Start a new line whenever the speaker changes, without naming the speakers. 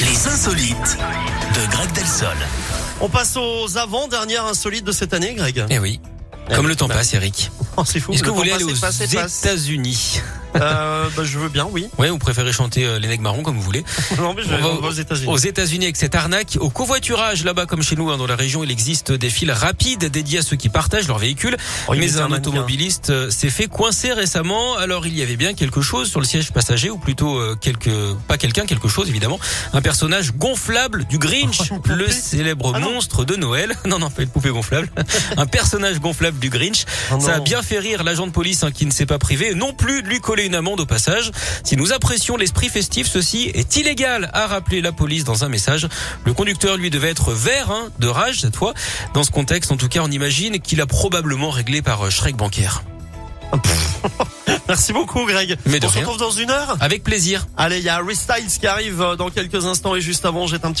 Les insolites de Greg Delsol.
On passe aux avant-dernières insolites de cette année, Greg.
Eh oui. Comme le temps passe, Eric.
Oh, c'est fou.
Est-ce
le
que vous
temps
voulez
passe
aller
et
aux
passe et passe.
États-Unis
Euh, bah, Je veux bien, oui.
Ouais, vous préférez chanter euh, les nègres marrons comme vous voulez.
Non, mais je vais
On va
on va aux États-Unis.
Aux États-Unis, avec cette arnaque au covoiturage, là-bas comme chez nous, hein, dans la région, il existe des files rapides dédiées à ceux qui partagent leur véhicule.
Oh, il
mais
était
un
mannequin.
automobiliste euh, s'est fait coincer récemment. Alors il y avait bien quelque chose sur le siège passager, ou plutôt euh, quelque, pas quelqu'un, quelque chose évidemment. Un personnage gonflable du Grinch,
Une poupée
le célèbre
Ah non.
monstre de Noël. Non, non, pas une poupée gonflable. un personnage gonflable du Grinch.
Oh non.
Ça a bien fait rire l'agent de police hein, qui ne s'est pas privé non plus de lui coller une amende au passage. Si nous apprécions l'esprit festif, ceci est illégal, a rappelé la police dans un message. Le conducteur, lui, devait être vert hein, de rage cette fois. Dans ce contexte, en tout cas, on imagine qu'il a probablement réglé par euh, Shrek bancaire.
Merci beaucoup, Greg.
Mais de
on se
rien.
retrouve dans une heure.
Avec plaisir.
Allez, il y a Harry Styles qui arrive euh, dans quelques instants et juste avant, jette un petit coup.